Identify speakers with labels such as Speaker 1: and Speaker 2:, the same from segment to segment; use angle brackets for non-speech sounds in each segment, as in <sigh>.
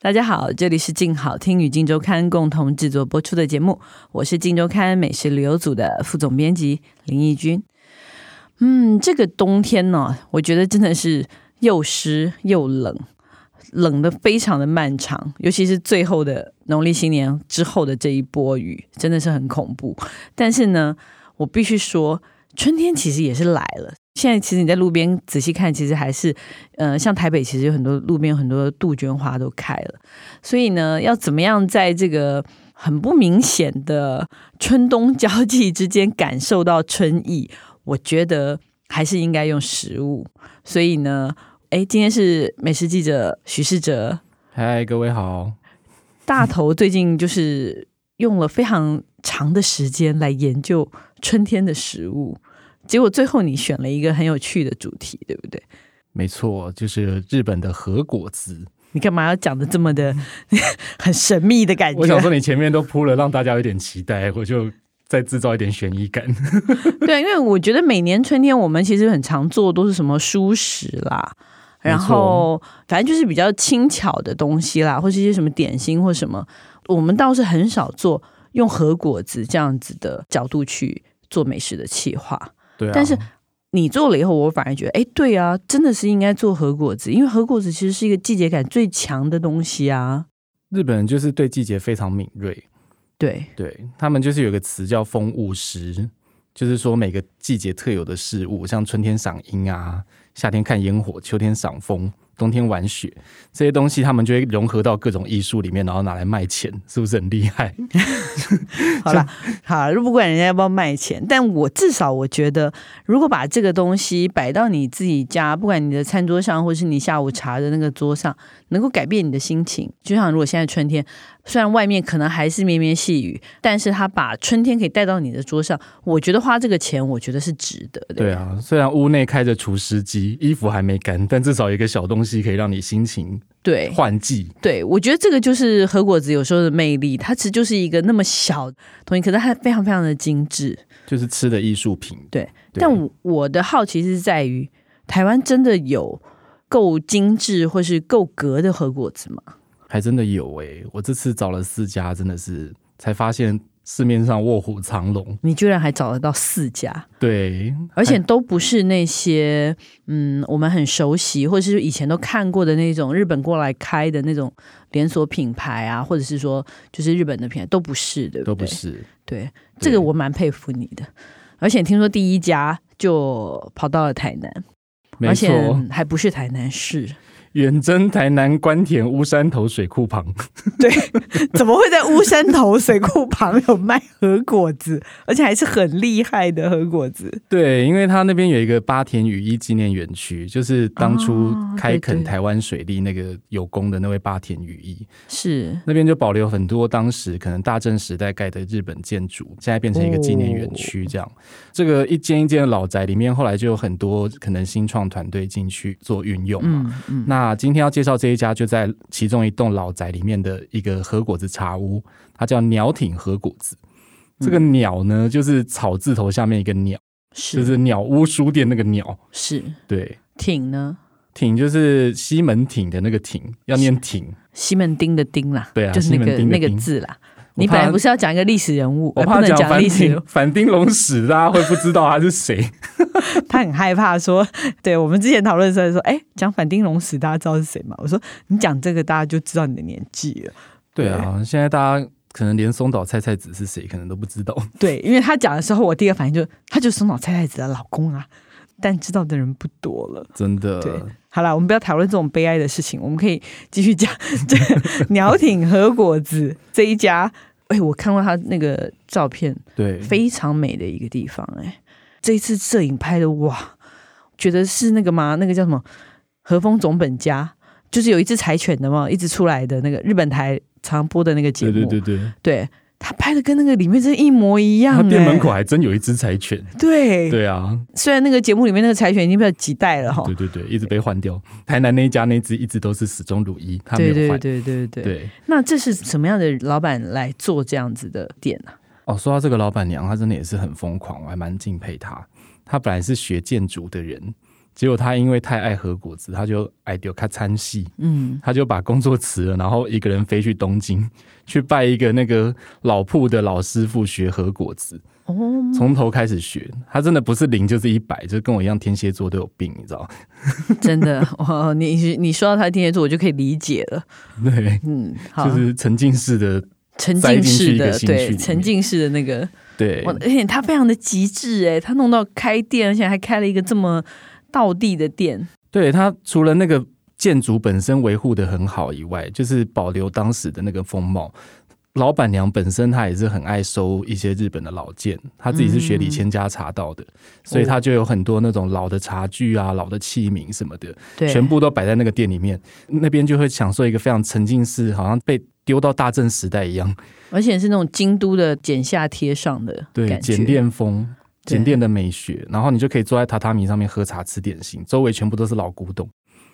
Speaker 1: 大家好，这里是静好听与静周刊共同制作播出的节目，我是静周刊美食旅游组的副总编辑林义君。嗯，这个冬天呢、我觉得真的是又湿又冷，冷的非常的漫长，尤其是最后的农历新年之后的这一波雨，真的是很恐怖。但是呢，我必须说，春天其实也是来了。现在其实你在路边仔细看，其实还是，呃，像台北其实有很多路边有很多杜鹃花都开了，所以呢，要怎么样在这个很不明显的春冬交际之间感受到春意，我觉得还是应该用食物。所以呢，诶，今天是美食记者许世哲，
Speaker 2: 嗨，各位好。
Speaker 1: 大头最近就是用了非常长的时间来研究春天的食物，结果最后你选了一个很有趣的主题，对不对？
Speaker 2: 没错，就是日本的和果子。
Speaker 1: 你干嘛要讲的这么的 <laughs> 很神秘的感
Speaker 2: 嗯我想
Speaker 1: 觉？
Speaker 2: 说，哎你前面都铺了，让大家有点期待，我就再制造一点悬疑感。 <laughs>
Speaker 1: <laughs> 对，因为我觉得每年春天我们其实很常做都是什么蔬食啦，
Speaker 2: 没错
Speaker 1: 然后反正就是比较轻巧的东西啦，或是一些什么点心或什么，我们倒是很少做用和果子这样子的角度去做美食的企划。
Speaker 2: 对啊，
Speaker 1: 但是你做了以后，我反而觉得，哎，对啊，真的是应该做核果子，因为核果子其实是一个季节感最强的东西啊。
Speaker 2: 日本人就是对季节非常敏锐，
Speaker 1: 对，
Speaker 2: 对他们就是有个词叫“风物诗”，就是说每个季节特有的事物，像春天赏樱啊，夏天看烟火，秋天赏枫，冬天玩雪，这些东西他们就会融合到各种艺术里面，然后拿来卖钱，是不是很厉害？
Speaker 1: 好啦，好，不管人家要不要卖钱，但我至少我觉得，如果把这个东西摆到你自己家，不管你的餐桌上，或是你下午茶的那个桌上，能够改变你的心情。就像如果现在春天，虽然外面可能还是绵绵细雨，但是它把春天可以带到你的桌上，我觉得花这个钱，我觉得是值得的。
Speaker 2: 对啊，虽然屋内开着除湿机，衣服还没干，但至少有一个小东西可以让你心情
Speaker 1: 对，
Speaker 2: 换季。
Speaker 1: 对，我觉得这个就是核果子有时候的魅力，它其实就是一个那么小的东西，可是它非常非常的精致。
Speaker 2: 就是吃的艺术品，
Speaker 1: 对，
Speaker 2: 对
Speaker 1: 但我我的好奇是在于，台湾真的有够精致或是够格的核果子吗？
Speaker 2: 还真的有诶、我这次找了四家，真的是才发现市面上卧虎藏龙。
Speaker 1: 你居然还找得到四家，
Speaker 2: 对，
Speaker 1: 而且
Speaker 2: 还
Speaker 1: 都不是那些嗯我们很熟悉或者是以前都看过的那种日本过来开的那种连锁品牌啊，或者是说就是日本的品牌都不是，对不对？
Speaker 2: 都不是。
Speaker 1: 对，
Speaker 2: 对
Speaker 1: 这个我蛮佩服你的。而且听说第一家就跑到了台南，
Speaker 2: 没
Speaker 1: 而且
Speaker 2: 错，
Speaker 1: 还不是台南市，
Speaker 2: 远征台南关田乌山头水库旁， <laughs>
Speaker 1: <laughs> 怎么会在乌山头水库旁有卖核果子，而且还是很厉害的核果子？
Speaker 2: 对，因为它那边有一个八田雨衣纪念园区，就是当初
Speaker 1: 哦
Speaker 2: 开
Speaker 1: 对
Speaker 2: 垦
Speaker 1: 对
Speaker 2: 台湾水利那个有功的那位八田雨衣，
Speaker 1: 是
Speaker 2: 那边就保留很多当时可能大正时代盖的日本建筑，现在变成一个纪念园区这样。这个一间一间的老宅里面，后来就有很多可能新创团队进去做运用嘛。
Speaker 1: 嗯嗯，
Speaker 2: 那今天要介绍这一家，就在其中一栋老宅里面的一个和果子茶屋，它叫鸟挺和果子。这个鸟呢，就是草字头下面一个鸟，就是是鸟屋书店那个鸟。
Speaker 1: 是
Speaker 2: 对，
Speaker 1: 挺呢，
Speaker 2: 挺就是西门町的那个挺，要念挺。
Speaker 1: 西门町的町啦，
Speaker 2: 对啊
Speaker 1: 就是那
Speaker 2: 西门
Speaker 1: 个
Speaker 2: 町的
Speaker 1: 那
Speaker 2: 町
Speaker 1: 个字啦。
Speaker 2: 我
Speaker 1: 你本来
Speaker 2: 怕
Speaker 1: 不是要讲一个历史人物，
Speaker 2: 我
Speaker 1: 呃
Speaker 2: 怕
Speaker 1: 不能
Speaker 2: 讲
Speaker 1: 讲
Speaker 2: 反
Speaker 1: 历史人物
Speaker 2: 町，反町隆史，大家会不知道他是
Speaker 1: <laughs>
Speaker 2: 谁。
Speaker 1: 他很害怕说， <laughs> 对我们之前讨论的时候说，哎，讲反町隆史，大家知道是谁吗？我说你讲这个，大家就知道你的年纪了。
Speaker 2: 对啊，现在大家可能连松岛菜菜子是谁，可能都不知道。 <laughs>
Speaker 1: 对，因为他讲的时候，我第一个反应就，他就是松岛菜菜子的老公啊，但知道的人不多了。
Speaker 2: 真
Speaker 1: 对
Speaker 2: 的，
Speaker 1: 好啦，我们不要讨论这种悲哀的事情，我们可以继续讲 <laughs> 这鸟挺和果子这一家。哎，我看过他那个照片，
Speaker 2: 对，
Speaker 1: 非常美的一个地方、哎，这一次摄影拍的哇，觉得是那个吗？那个叫什么？和风总本家，就是有一只柴犬的嘛，一直出来的那个日本台常播的那个节
Speaker 2: 对
Speaker 1: 目，
Speaker 2: 对对对，
Speaker 1: 对他拍的跟那个里面真的一模一样、
Speaker 2: 他
Speaker 1: 欸。
Speaker 2: 店门口还真有一只柴犬。
Speaker 1: 对，哦
Speaker 2: 对啊，
Speaker 1: 虽然那个节目里面那个柴犬已经被几代了哈
Speaker 2: 对，对对，一直被换掉。台南那一家那只一直都是始终如一，他
Speaker 1: 对
Speaker 2: 没有
Speaker 1: 对
Speaker 2: 换。
Speaker 1: 对对对
Speaker 2: 对
Speaker 1: 那这是什么样的老板来做这样子的店啊呢、
Speaker 2: 哦，说到这个老板娘，她真的也是很疯狂，我还蛮敬佩她。她本来是学建筑的人，结果她因为太爱喝果子，她就爱丢她参戏，
Speaker 1: 嗯，
Speaker 2: 她就把工作辞了，然后一个人飞去东京去拜一个那个老铺的老师傅学喝果子，
Speaker 1: 哦，
Speaker 2: 从头开始学。她真的不是零就是一百，就跟我一样，天蝎座都有病，你知道？
Speaker 1: <laughs> 真的，哇，你你说到他天蝎座，我就可以理解了。
Speaker 2: <laughs> 对，
Speaker 1: 嗯，好，
Speaker 2: 就是沉浸式的，
Speaker 1: 沉
Speaker 2: 塞
Speaker 1: 浸
Speaker 2: 进去
Speaker 1: 式
Speaker 2: 一个
Speaker 1: 的，
Speaker 2: 兴趣里
Speaker 1: 对，
Speaker 2: 面
Speaker 1: 沉浸式的那个，
Speaker 2: 对
Speaker 1: 哇，而且他非常的极致哎，他弄到开店，而且还开了一个这么道地的店，
Speaker 2: 对它除了那个建筑本身维护的很好以外，就是保留当时的那个风貌。老板娘本身她也是很爱收一些日本的老件，她自己是学李千家茶道的，所以她就有很多那种老的茶具啊、老的器皿什么的，
Speaker 1: 对，
Speaker 2: 全部都摆在那个店里面。那边就会享受一个非常沉浸式，好像被丢到大正时代一样，
Speaker 1: 而且是那种京都的剪下贴上的
Speaker 2: 对，
Speaker 1: 感觉，
Speaker 2: 简店风。
Speaker 1: 对
Speaker 2: 简店的美学，然后你就可以坐在榻榻米上面喝茶、吃点心，周围全部都是老古董。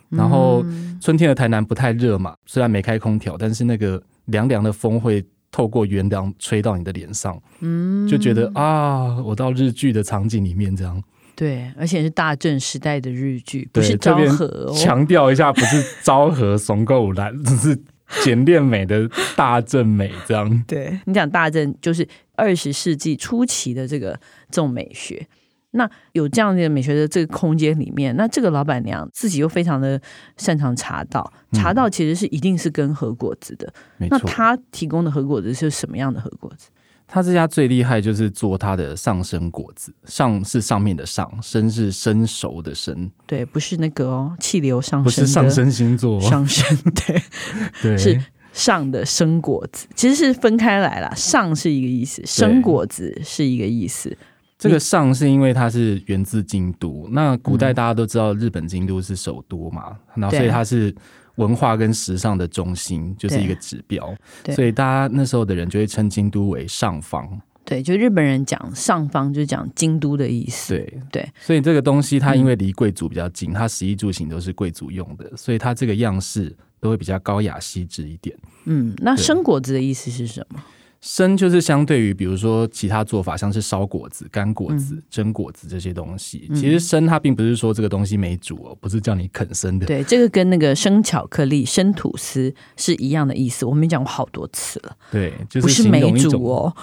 Speaker 2: 然后
Speaker 1: 嗯
Speaker 2: 春天的台南不太热嘛，虽然没开空调，但是那个凉凉的风会透过圆梁吹到你的脸上，嗯，就觉得啊，我到日剧的场景里面这样。
Speaker 1: 对，而且是大正时代的日剧，不
Speaker 2: 对
Speaker 1: 是
Speaker 2: 这
Speaker 1: 昭
Speaker 2: 边
Speaker 1: 和哦，
Speaker 2: 强调一下，不是昭和 <laughs> 怂够懒，只是简练美的大正美这样。
Speaker 1: 对你讲大正就是二十世纪初期的这个这种美学。那有这样的美学的这个空间里面，那这个老板娘自己又非常的擅长茶道，茶道其实是一定是跟和果子的。
Speaker 2: 嗯没
Speaker 1: 那
Speaker 2: 错，
Speaker 1: 她提供的和果子是什么样的和果子？
Speaker 2: 他这家最厉害就是做他的上生果子，上是上面的上，生是生熟的生，
Speaker 1: 对，不是那个哦，气流上升的，
Speaker 2: 不是上升星座，
Speaker 1: 上升， <laughs> 对，
Speaker 2: <laughs> 对，
Speaker 1: 是上的生果子其实是分开来啦，上是一个意思，生果子是一个意思。
Speaker 2: 这个上是因为它是源自京都，那古代大家都知道日本京都是首都嘛，然后
Speaker 1: 对
Speaker 2: 所以它是文化跟时尚的中心，就是一个指标，
Speaker 1: 对
Speaker 2: 所以大家那时候的人就会称京都为上方。
Speaker 1: 对，就日本人讲上方就讲京都的意思。
Speaker 2: 对
Speaker 1: 对，
Speaker 2: 所以这个东西它因为离贵族比较近，它食衣住行都是贵族用的，所以它这个样式都会比较高雅细致一点。
Speaker 1: 嗯，那
Speaker 2: 对
Speaker 1: 生果子的意思是什么？
Speaker 2: 生就是相对于比如说其他做法，像是烧果子、干果
Speaker 1: 嗯
Speaker 2: 子、蒸果子这些东西，其实生它并不是说这个东西没煮哦，不是叫你啃生的。
Speaker 1: 对，这个跟那个生巧克力、生吐司是一样的意思。我们讲过好多次了，
Speaker 2: 对，就
Speaker 1: 不
Speaker 2: 是
Speaker 1: 是
Speaker 2: 形
Speaker 1: 美
Speaker 2: 容一
Speaker 1: 煮
Speaker 2: 种
Speaker 1: 哦，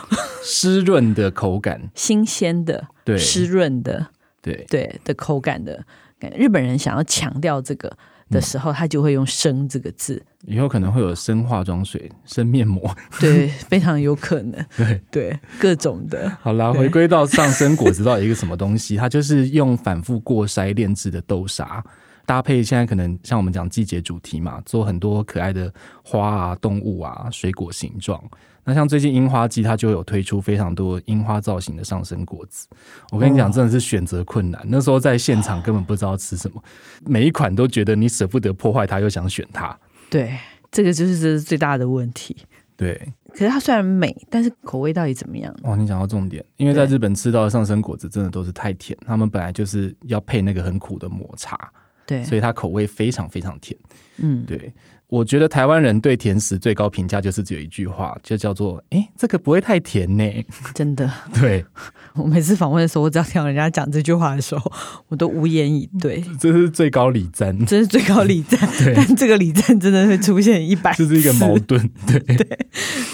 Speaker 2: 湿润的口感。
Speaker 1: 新鲜的、
Speaker 2: 对
Speaker 1: 湿润的，
Speaker 2: 对
Speaker 1: 对的口感的感觉。日本人想要强调这个
Speaker 2: 嗯
Speaker 1: 的时候，他就会用“生”这个字。
Speaker 2: 以后可能会有生化妆水、生面膜。
Speaker 1: 对，非常有可能。
Speaker 2: <laughs> 对
Speaker 1: 对，各种的。
Speaker 2: 好啦，
Speaker 1: 对
Speaker 2: 回归到上生果子到底一个什么东西， <laughs> 它就是用反复过筛炼制的豆沙。搭配现在可能像我们讲季节主题嘛，做很多可爱的花啊、动物啊、水果形状。那像最近樱花季，它就有推出非常多樱花造型的上生果子。我跟你讲，真的是选择困难。那时候在现场根本不知道吃什么，每一款都觉得你舍不得破坏它，又想选它。
Speaker 1: 对，这个就是这是最大的问题。
Speaker 2: 对，
Speaker 1: 可是它虽然美，但是口味到底怎么样？
Speaker 2: 哇，哦你讲到重点，因为在
Speaker 1: 对
Speaker 2: 日本吃到的上生果子真的都是太甜，他们本来就是要配那个很苦的抹茶，
Speaker 1: 对，
Speaker 2: 所以它口味非常非常甜。
Speaker 1: 嗯，
Speaker 2: 对，我觉得台湾人对甜食最高评价就是只有一句话，就叫做“诶，这个不会太甜呢、 <laughs>
Speaker 1: 真的。
Speaker 2: 对，
Speaker 1: 我每次访问的时候，我只要听到人家讲这句话的时候，我都无言以对， <laughs>
Speaker 2: 这是最高礼赞，
Speaker 1: 真是最高礼
Speaker 2: <laughs>
Speaker 1: 赞。但这个礼赞真的会出现一百，
Speaker 2: 这是一个矛。盾。
Speaker 1: <laughs>
Speaker 2: 对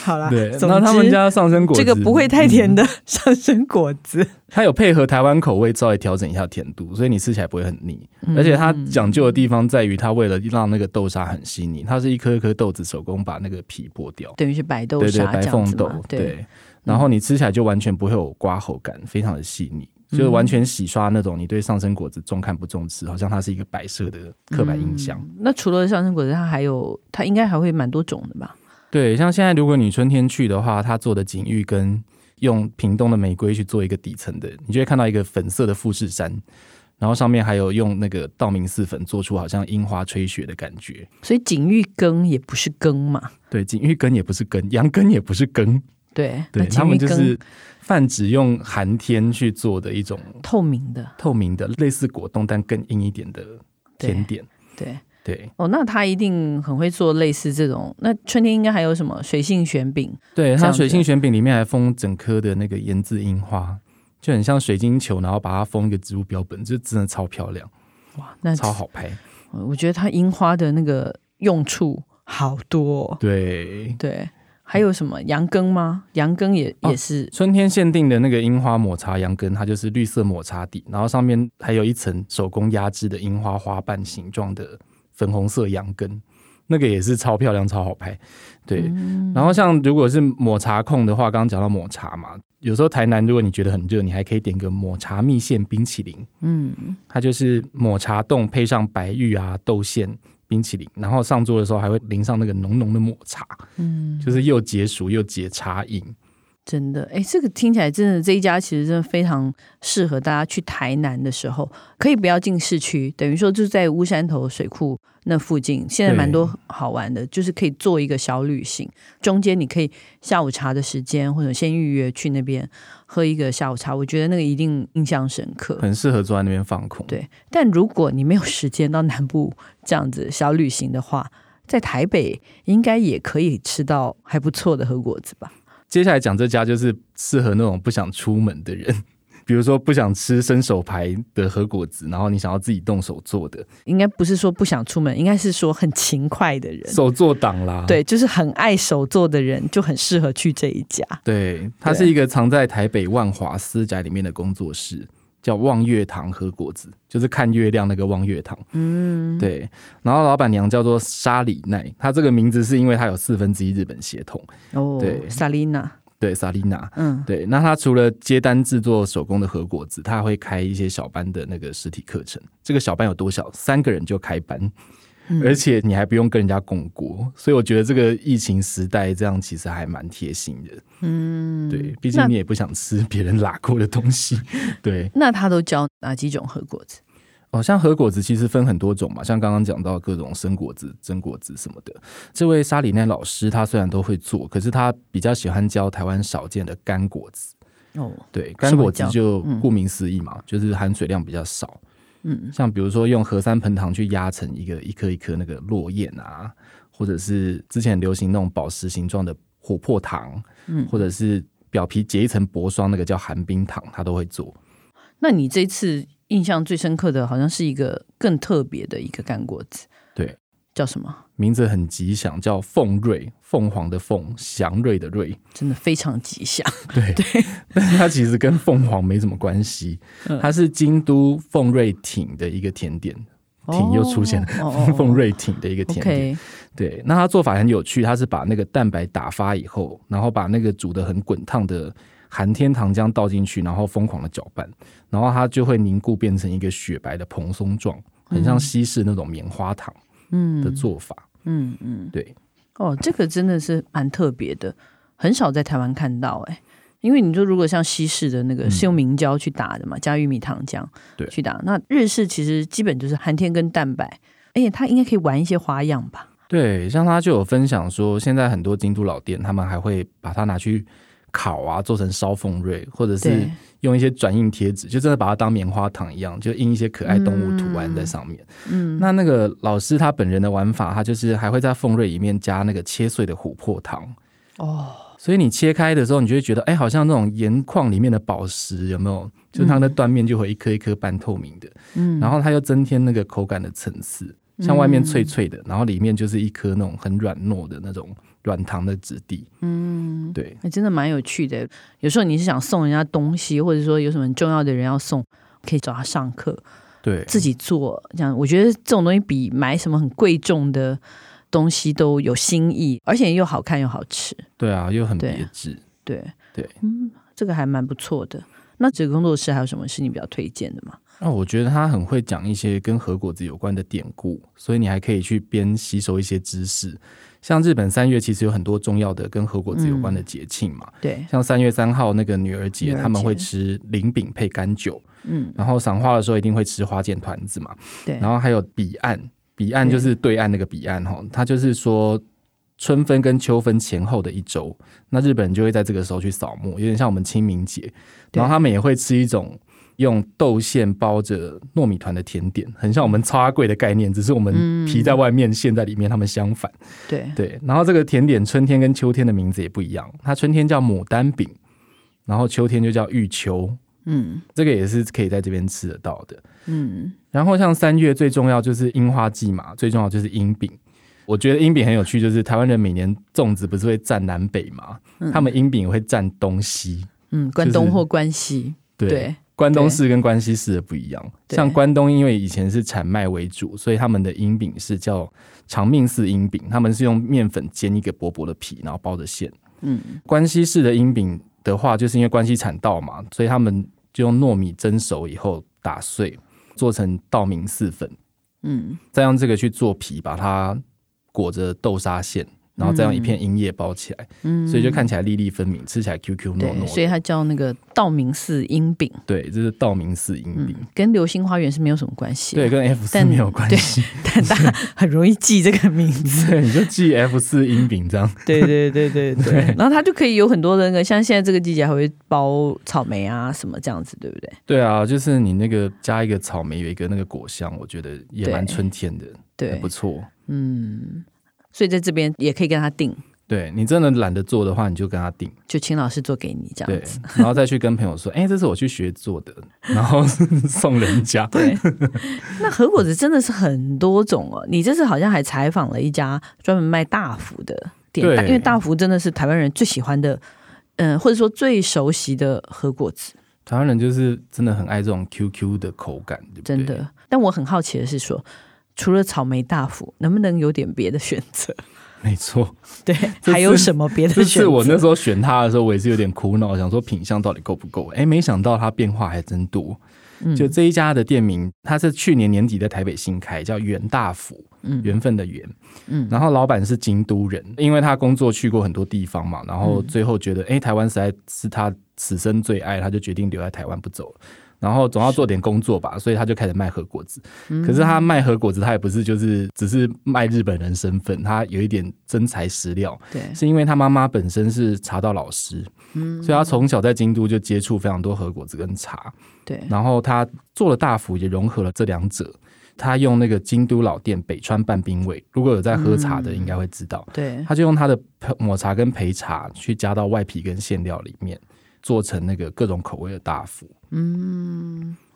Speaker 1: 好啦，
Speaker 2: 对，
Speaker 1: 啊总
Speaker 2: 那他们
Speaker 1: 之
Speaker 2: 家的上生果子
Speaker 1: 这
Speaker 2: 嗯
Speaker 1: 个不会太甜的上生果子，
Speaker 2: 它有配合台湾口味稍微调整一下甜度，所以你吃起来不会很腻。
Speaker 1: 嗯
Speaker 2: 而且它讲究的地方在于，它为了让那个豆沙很细腻，它是一颗一颗豆子手工把那个皮剥掉，
Speaker 1: <laughs> 等于是白豆
Speaker 2: 对对，
Speaker 1: 沙
Speaker 2: 白
Speaker 1: 这样
Speaker 2: 凤
Speaker 1: 子
Speaker 2: 豆
Speaker 1: 嘛。，嗯
Speaker 2: 对。然后你吃起来就完全不会有刮喉感，非常的细腻，
Speaker 1: 嗯
Speaker 2: 就是完全洗刷那种你对上生果子重看不重吃，好像它是一个白色的刻板印象。
Speaker 1: 那除了上生果子，它还有它应该还会蛮多种的吧？
Speaker 2: 对，像现在如果你春天去的话，它做的锦玉跟用屏东的玫瑰去做一个底层的，你就会看到一个粉色的富士山，然后上面还有用那个道明寺粉做出好像樱花吹雪的感觉。
Speaker 1: 所以锦玉羹也不是羹嘛，
Speaker 2: 对，锦玉羹也不是羹，羊羹也不是羹，
Speaker 1: 对，
Speaker 2: 对
Speaker 1: 那锦
Speaker 2: 他们
Speaker 1: 啊玉
Speaker 2: 就
Speaker 1: 羹
Speaker 2: 是泛指用寒天去做的一种
Speaker 1: 透明的，
Speaker 2: 透明的，类似果冻但更硬一点的甜点。
Speaker 1: 对。
Speaker 2: 对
Speaker 1: 哦，那他一定很会做类似这种。那春天应该还有什么水性玄饼？
Speaker 2: 对，
Speaker 1: 这样
Speaker 2: 它
Speaker 1: 子
Speaker 2: 水性玄饼里面还封整颗的那个盐渍樱花，就很像水晶球，然后把它封一个植物标本，就真的超漂亮，
Speaker 1: 哇，那
Speaker 2: 超好拍。
Speaker 1: 呃我觉得它樱花的那个用处好多哦、
Speaker 2: 对，
Speaker 1: 对，还有什么羊羹吗？羊羹也、
Speaker 2: 哦
Speaker 1: 也是
Speaker 2: 春天限定的那个樱花抹茶羊羹，它就是绿色抹茶底，然后上面还有一层手工压制的樱花花瓣形状的粉红色羊羹，那个也是超漂亮、超好拍。对，然后像如果是抹茶控的话，刚刚讲到抹茶嘛，有时候台南如果你觉得很热，你还可以点个抹茶蜜饯冰淇淋，嗯，它就是抹茶冻配上白玉啊豆馅。冰淇淋，然后上桌的时候还会淋上那个浓浓的抹茶，嗯，就是又解暑又解茶瘾，
Speaker 1: 真的，哎，这个听起来真的这一家其实真的非常适合大家去台南的时候，可以不要进市区，等于说就在乌山头水库那附近，现在
Speaker 2: 对
Speaker 1: 蛮多好玩的，就是可以做一个小旅行，中间你可以下午茶的时间或者先预约去那边喝一个下午茶，我觉得那个一定印象深刻。
Speaker 2: 很适合坐在那边放空。
Speaker 1: 对，但如果你没有时间到南部这样子小旅行的话，在台北应该也可以吃到还不错的和果子吧？
Speaker 2: 接下来讲这家就是适合那种不想出门的人， <laughs> 比如说不想吃伸手牌的和果子，然后你想要自己动手做的，
Speaker 1: 应该不是说不想出门，应该是说很勤快的人，
Speaker 2: 手做党啦。
Speaker 1: 对，就是很爱手做的人，就很适合去这一家。
Speaker 2: 对，它是一个藏在台北万华私宅里面的工作室，叫望月堂和果子，就是看月亮那个望月堂。嗯，对。然后老板娘叫做沙里奈，她这个名字是因为她有四分之一日本血统。
Speaker 1: 哦，
Speaker 2: 对
Speaker 1: 萨琳娜，
Speaker 2: 对，萨丽娜。
Speaker 1: 嗯，
Speaker 2: 对，那他除了接单制作手工的和果子，他还会开一些小班的那个实体课程。这个小班有多小？三个人就开班，而且你还不用跟人家共锅，所以我觉得这个疫情时代这样其实还蛮贴心的。嗯，对，毕竟
Speaker 1: 那
Speaker 2: 你也不想吃别人拉过的东西。对，
Speaker 1: 那他都教哪几种和果子？
Speaker 2: 哦，像和果子其实分很多种嘛，像刚刚讲到各种生果子、真果子什么的。这位沙里奈老师他虽然都会做，可是他比较喜欢教台湾少见的干果子。
Speaker 1: 哦，
Speaker 2: 对，
Speaker 1: 什
Speaker 2: 干
Speaker 1: 么
Speaker 2: 果子
Speaker 1: 叫
Speaker 2: 就
Speaker 1: 嗯
Speaker 2: 顾名思义嘛，就是含水量比较少。
Speaker 1: 嗯，
Speaker 2: 像比如说用河山盆糖去压成一个一颗一颗那个落雁啊，或者是之前流行那种宝石形状的琥珀糖，
Speaker 1: 嗯
Speaker 2: 或者是表皮结一层薄霜，那个叫寒冰糖，他都会做。
Speaker 1: 那你这次印象最深刻的好像是一个更特别的一个干果子，
Speaker 2: 对，
Speaker 1: 叫什么？
Speaker 2: 名字很吉祥，叫凤瑞，凤凰的凤，祥瑞的瑞。
Speaker 1: 真的非常吉祥。
Speaker 2: 对， <laughs> 但是它其实跟凤凰没什么关系，
Speaker 1: 嗯
Speaker 2: 它是京都凤瑞町的一个甜点，挺又出现了
Speaker 1: 哦哦哦哦
Speaker 2: <laughs> 凤瑞町的一个甜点。
Speaker 1: OK，
Speaker 2: 对，那它做法很有趣，它是把那个蛋白打发以后，然后把那个煮的很滚烫的寒天糖浆倒进去，然后疯狂的搅拌，然后它就会凝固变成一个雪白的蓬松状，很像西式那种棉花糖
Speaker 1: 嗯
Speaker 2: 的做法。
Speaker 1: 嗯嗯，
Speaker 2: 对，
Speaker 1: 哦，这个真的是蛮特别的，很少在台湾看到哎、因为你说，如果像西式的那个
Speaker 2: 嗯
Speaker 1: 是用明胶去打的嘛，加玉米糖浆
Speaker 2: 对
Speaker 1: 去打。那日式其实基本就是寒天跟蛋白，而且它应该可以玩一些花样吧？
Speaker 2: 对，像他就有分享说，现在很多京都老店，他们还会把它拿去烤啊，做成烧凤瑞，或者是
Speaker 1: 对，
Speaker 2: 用一些转印贴纸，就真的把它当棉花糖一样，就印一些可爱动物图案在上面。嗯，那那个老师他本人的玩法，他就是还会在凤瑞里面加那个切碎的琥珀糖，
Speaker 1: 哦，
Speaker 2: 所以你切开的时候，你就会觉得，哎、好像那种盐矿里面的宝石，有没有？就是它的断面就会一颗一颗半透明的，嗯，然后它又增添那个口感的层次，像外面脆脆的，然后里面就是一颗那种很软糯的那种软糖的质地，嗯，对，
Speaker 1: 还真的蛮有趣的。有时候你是想送人家东西，或者说有什么很重要的人要送，可以找他上课，
Speaker 2: 对，
Speaker 1: 自己做这样，我觉得这种东西比买什么很贵重的东西都有新意，而且又好看又好吃。
Speaker 2: 对啊，又很
Speaker 1: 对
Speaker 2: 别致。
Speaker 1: 对
Speaker 2: 对，
Speaker 1: 嗯，这个还蛮不错的。那这个工作室还有什么是你比较推荐的吗？
Speaker 2: 那、我觉得他很会讲一些跟和果子有关的典故，所以你还可以去边吸收一些知识。像日本三月其实有很多重要的跟和果子有关的节庆嘛，
Speaker 1: 对，
Speaker 2: 像三月三号那个女儿
Speaker 1: 女
Speaker 2: 节，
Speaker 1: 儿节
Speaker 2: 他们会吃菱饼配干酒，
Speaker 1: 嗯，
Speaker 2: 然后赏花的时候一定会吃花见团子嘛，
Speaker 1: 对，
Speaker 2: 然后还有彼岸，彼岸就是对岸那个彼岸哈，它就是说春分跟秋分前后的一周，那日本人就会在这个时候去扫墓，有点像我们清明节，
Speaker 1: 对
Speaker 2: 然后他们也会吃一种。用豆馅包着糯米团的甜点，很像我们超阿贵的概念，只是我
Speaker 1: 嗯
Speaker 2: 们皮在外面，馅在里面，他们相反。
Speaker 1: 对，
Speaker 2: 对，然后这个甜点春天跟秋天的名字也不一样，它春天叫牡丹饼，然后秋天就叫玉秋，
Speaker 1: 嗯
Speaker 2: 这个也是可以在这边吃得到的。
Speaker 1: 嗯，
Speaker 2: 然后像三月最重要就是樱花季嘛，最重要就是樱饼。我觉得樱饼很有趣，就是台湾人每年粽子不是会占南北嘛，他们樱饼也会占东西。
Speaker 1: 嗯，关
Speaker 2: 就
Speaker 1: 东
Speaker 2: 是
Speaker 1: 或关西，
Speaker 2: 对，
Speaker 1: 对
Speaker 2: 关东式跟关西式的不一样。
Speaker 1: 对
Speaker 2: 像关东，因为以前是产麦为主，所以他们的樱饼是叫长命寺樱饼，他们是用面粉煎一个薄薄的皮，然后包着馅。
Speaker 1: 嗯，
Speaker 2: 关西式的樱饼的话，就是因为关西产稻嘛，所以他们就用糯米蒸熟以后打碎，做成稻米四粉，
Speaker 1: 嗯，
Speaker 2: 再用这个去做皮，把它裹着豆沙馅，然后再用一片银叶包起来，
Speaker 1: 嗯
Speaker 2: 所以就看起来粒粒分明，吃起来 Q Q 糯
Speaker 1: 对，
Speaker 2: 糯
Speaker 1: 所以
Speaker 2: 的。
Speaker 1: 它叫那个道明寺樱饼，
Speaker 2: 对，这是稻米四樱饼，
Speaker 1: 嗯，跟流星花园是没有什么关系，
Speaker 2: 对，，跟 F 四
Speaker 1: 但
Speaker 2: 没有关系，
Speaker 1: 但大
Speaker 2: <laughs>
Speaker 1: 家很容易记这个名字，
Speaker 2: 对，你就记 F 四樱饼这样。
Speaker 1: 对对对对对，然后它就可以有很多的那个，像现在这个季节还会包草莓啊什么这样子，对不对？
Speaker 2: 对啊，就是你那个加一个草莓，有一个那个果香，我觉得也
Speaker 1: 对
Speaker 2: 蛮春天的，很
Speaker 1: 对
Speaker 2: 不，错。
Speaker 1: 嗯，所以在这边也可以跟他订，
Speaker 2: 对你真的懒得做的话，你就跟他定。
Speaker 1: 就请老师做给你这样
Speaker 2: 对
Speaker 1: 子。，
Speaker 2: 然后再去跟朋友说，哎、这是我去学
Speaker 1: <laughs>
Speaker 2: 做的，然后送人家。
Speaker 1: 对，那和果子真的是很多种哦。你这次好像还采访了一家专门卖大福的店，
Speaker 2: 对
Speaker 1: 因为大福真的是台湾人最喜欢的，嗯、或者说最熟悉的和果子，
Speaker 2: 台湾人就是真的很爱这种 QQ 的口感，对不
Speaker 1: 真
Speaker 2: 对？
Speaker 1: 的。但我很好奇的是说。除了草莓大福，能不能有点别的选择？ <laughs>
Speaker 2: 没错。
Speaker 1: 对，
Speaker 2: 这
Speaker 1: 还有
Speaker 2: 是
Speaker 1: 什么别的
Speaker 2: 这
Speaker 1: 选择？
Speaker 2: 次我那时候选它的时候，我也是有点苦恼，想说品相到底够不够？哎、没想到它变化还真多。
Speaker 1: 嗯
Speaker 2: 就这一家的店名，它是去年年底在台北新开，叫袁大福，缘分的缘。
Speaker 1: 嗯
Speaker 2: 然后老板是京都人，因为他工作去过很多地方嘛，然
Speaker 1: 嗯
Speaker 2: 后最后觉得，哎、台湾实在是他此生最爱，他就决定留在台湾不走了。然后总要做点工作吧，所以他就开始卖和果子。
Speaker 1: 嗯
Speaker 2: 可是他卖和果子，他也不是就是只是卖日本人身份，他有一点真材实料。
Speaker 1: 对，
Speaker 2: 是因为他妈妈本身是茶道老师，所以他从小在京都就接触非常多和果子跟茶，
Speaker 1: 对，
Speaker 2: 然后他做了大福，也融合了这两者。他用那个京都老店北川半冰味，如果有在喝茶的应该会知道，
Speaker 1: 对，
Speaker 2: 他就用他的焙抹茶跟焙茶去加到外皮跟馅料里面，做成那个各种口味的大福。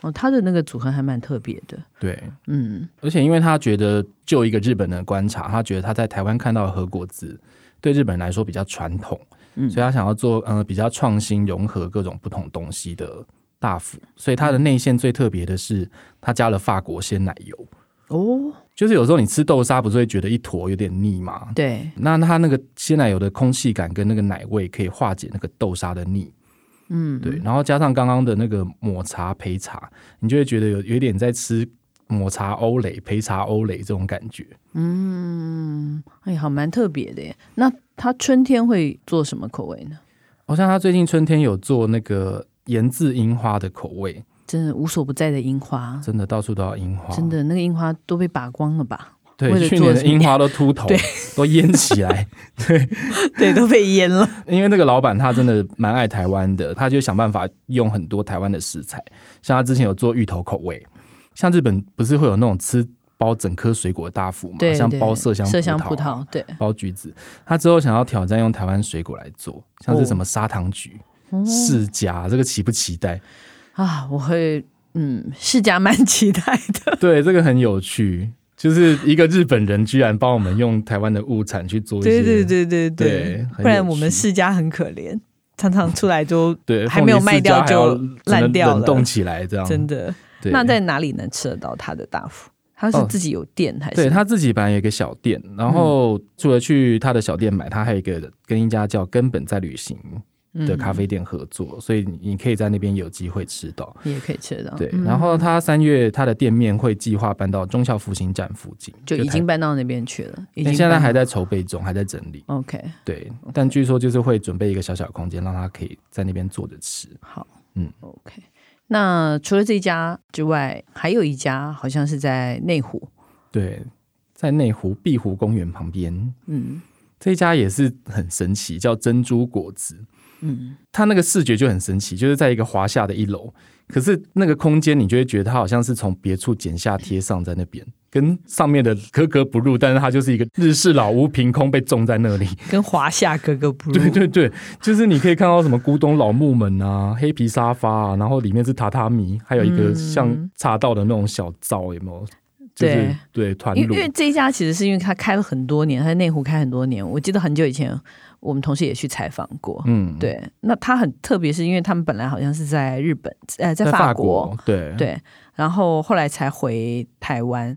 Speaker 1: 哦，它的那个组合还蛮特别的，
Speaker 2: 对，
Speaker 1: 嗯，
Speaker 2: 而且因为他觉得，就一个日本人的观察，他觉得他在台湾看到的和果子，对日本人来说比较传统，
Speaker 1: 嗯
Speaker 2: 所以他想要做呃比较创新，融合各种不同东西的大福。所以它
Speaker 1: 嗯
Speaker 2: 的内馅最特别的是，它加了法国鲜奶油。
Speaker 1: 哦，
Speaker 2: 就是有时候你吃豆沙，不是会觉得一坨有点腻吗？
Speaker 1: 对，
Speaker 2: 那它那个鲜奶油的空气感跟那个奶味可以化解那个豆沙的腻，
Speaker 1: 嗯，
Speaker 2: 对，然后加上刚刚的那个抹茶焙茶，你就会觉得有有一点在吃抹茶欧蕾、焙茶欧蕾这种感觉。
Speaker 1: 哎，好蛮特别的耶。那它春天会做什么口味呢？
Speaker 2: 好像他最近春天有做那个盐渍樱花的口味，
Speaker 1: 真的无所不在的樱花，
Speaker 2: 真的到处都要樱花，
Speaker 1: 真的那个樱花都被拔光了
Speaker 2: <laughs>
Speaker 1: 吧？为
Speaker 2: 对，
Speaker 1: 了
Speaker 2: 去
Speaker 1: 做
Speaker 2: 年
Speaker 1: 这个
Speaker 2: 的樱花都秃头
Speaker 1: 对，
Speaker 2: 都淹起
Speaker 1: <laughs>
Speaker 2: 来。
Speaker 1: 对，都被淹了。
Speaker 2: 因为那个老板他真的蛮爱台湾的，他就想办法用很多台湾的食材，像他之前有做芋头口味，像日本不是会有那种吃包整颗水果的大福
Speaker 1: <laughs>
Speaker 2: 嘛，
Speaker 1: 对，
Speaker 2: 像
Speaker 1: 对
Speaker 2: 包麝香
Speaker 1: 麝香
Speaker 2: 葡
Speaker 1: 葡
Speaker 2: 萄啊、
Speaker 1: 萄，对，
Speaker 2: 包橘子，他之后想要挑战用台湾水果来做，像是什么
Speaker 1: 哦
Speaker 2: 砂糖橘、释迦，这个期不期待？
Speaker 1: 啊，我会，嗯，世家蛮期待
Speaker 2: <laughs>
Speaker 1: 的。
Speaker 2: 对，这个很有趣，就是一个日本人居然帮我们用台湾的物产去做一些，
Speaker 1: 对对对对
Speaker 2: 对
Speaker 1: 不
Speaker 2: 很
Speaker 1: 然
Speaker 2: 有
Speaker 1: 我们
Speaker 2: 趣
Speaker 1: 世家很可怜，常常出来都
Speaker 2: <laughs> 对，
Speaker 1: 还没有
Speaker 2: 凤梨
Speaker 1: 卖
Speaker 2: 释迦
Speaker 1: 掉
Speaker 2: 还要
Speaker 1: 就烂掉
Speaker 2: 冷
Speaker 1: 了
Speaker 2: 冻起来这样，
Speaker 1: 真的。
Speaker 2: 对
Speaker 1: 那在哪里能吃得到它的大福？它是
Speaker 2: 哦
Speaker 1: 自己有店还是？嗯
Speaker 2: 对他自己本来有一个小店，然后除了去他的小店买，他还有一个跟一家叫根本在旅行
Speaker 1: 嗯
Speaker 2: 的咖啡店合作，所以你你可以在那边有机会吃到。
Speaker 1: 也可以吃得到。
Speaker 2: 对，
Speaker 1: 嗯
Speaker 2: 然后他三月他的店面会计划搬到忠孝复兴站附近，
Speaker 1: 就已经搬到那边去了，哦已经
Speaker 2: 但现在
Speaker 1: 搬
Speaker 2: 还
Speaker 1: 到
Speaker 2: 在筹备中，还在整理。
Speaker 1: OK。
Speaker 2: 对，但据说就是会准备一个小小空间，让他可以在那边坐着吃。
Speaker 1: 好，
Speaker 2: 嗯
Speaker 1: ，OK。那除了这一家之外，还有一家好像是在内湖，
Speaker 2: 对，在内湖碧湖公园旁边
Speaker 1: 嗯
Speaker 2: 这一家也是很神奇，叫珍珠果子。
Speaker 1: 嗯，
Speaker 2: 它那个视觉就很神奇，就是在一个华夏的一楼，可是那个空间你就会觉得它好像是从别处剪下贴上在那边，跟上面的格格不入，但是它就是一个日式老屋，凭空被种在
Speaker 1: <laughs>
Speaker 2: 那里。
Speaker 1: 跟华夏格格不入。
Speaker 2: 对对对，就是你可以看到什么古董老木门啊、黑皮沙发啊，然后里面是榻榻米，还有一
Speaker 1: 嗯
Speaker 2: 个像茶道的那种小灶，有没有？就是对团
Speaker 1: 因
Speaker 2: 炉
Speaker 1: 为因为这一家其实是因为它开了很多年，它在内湖开很多年。我记得很久以前，我们同事也去采访过。
Speaker 2: 嗯，
Speaker 1: 对，那它很特别，是因为他们本来好像是在日本，呃，在
Speaker 2: 在
Speaker 1: 法
Speaker 2: 法
Speaker 1: 国，
Speaker 2: 国，对，
Speaker 1: 对，然后后来才回台湾，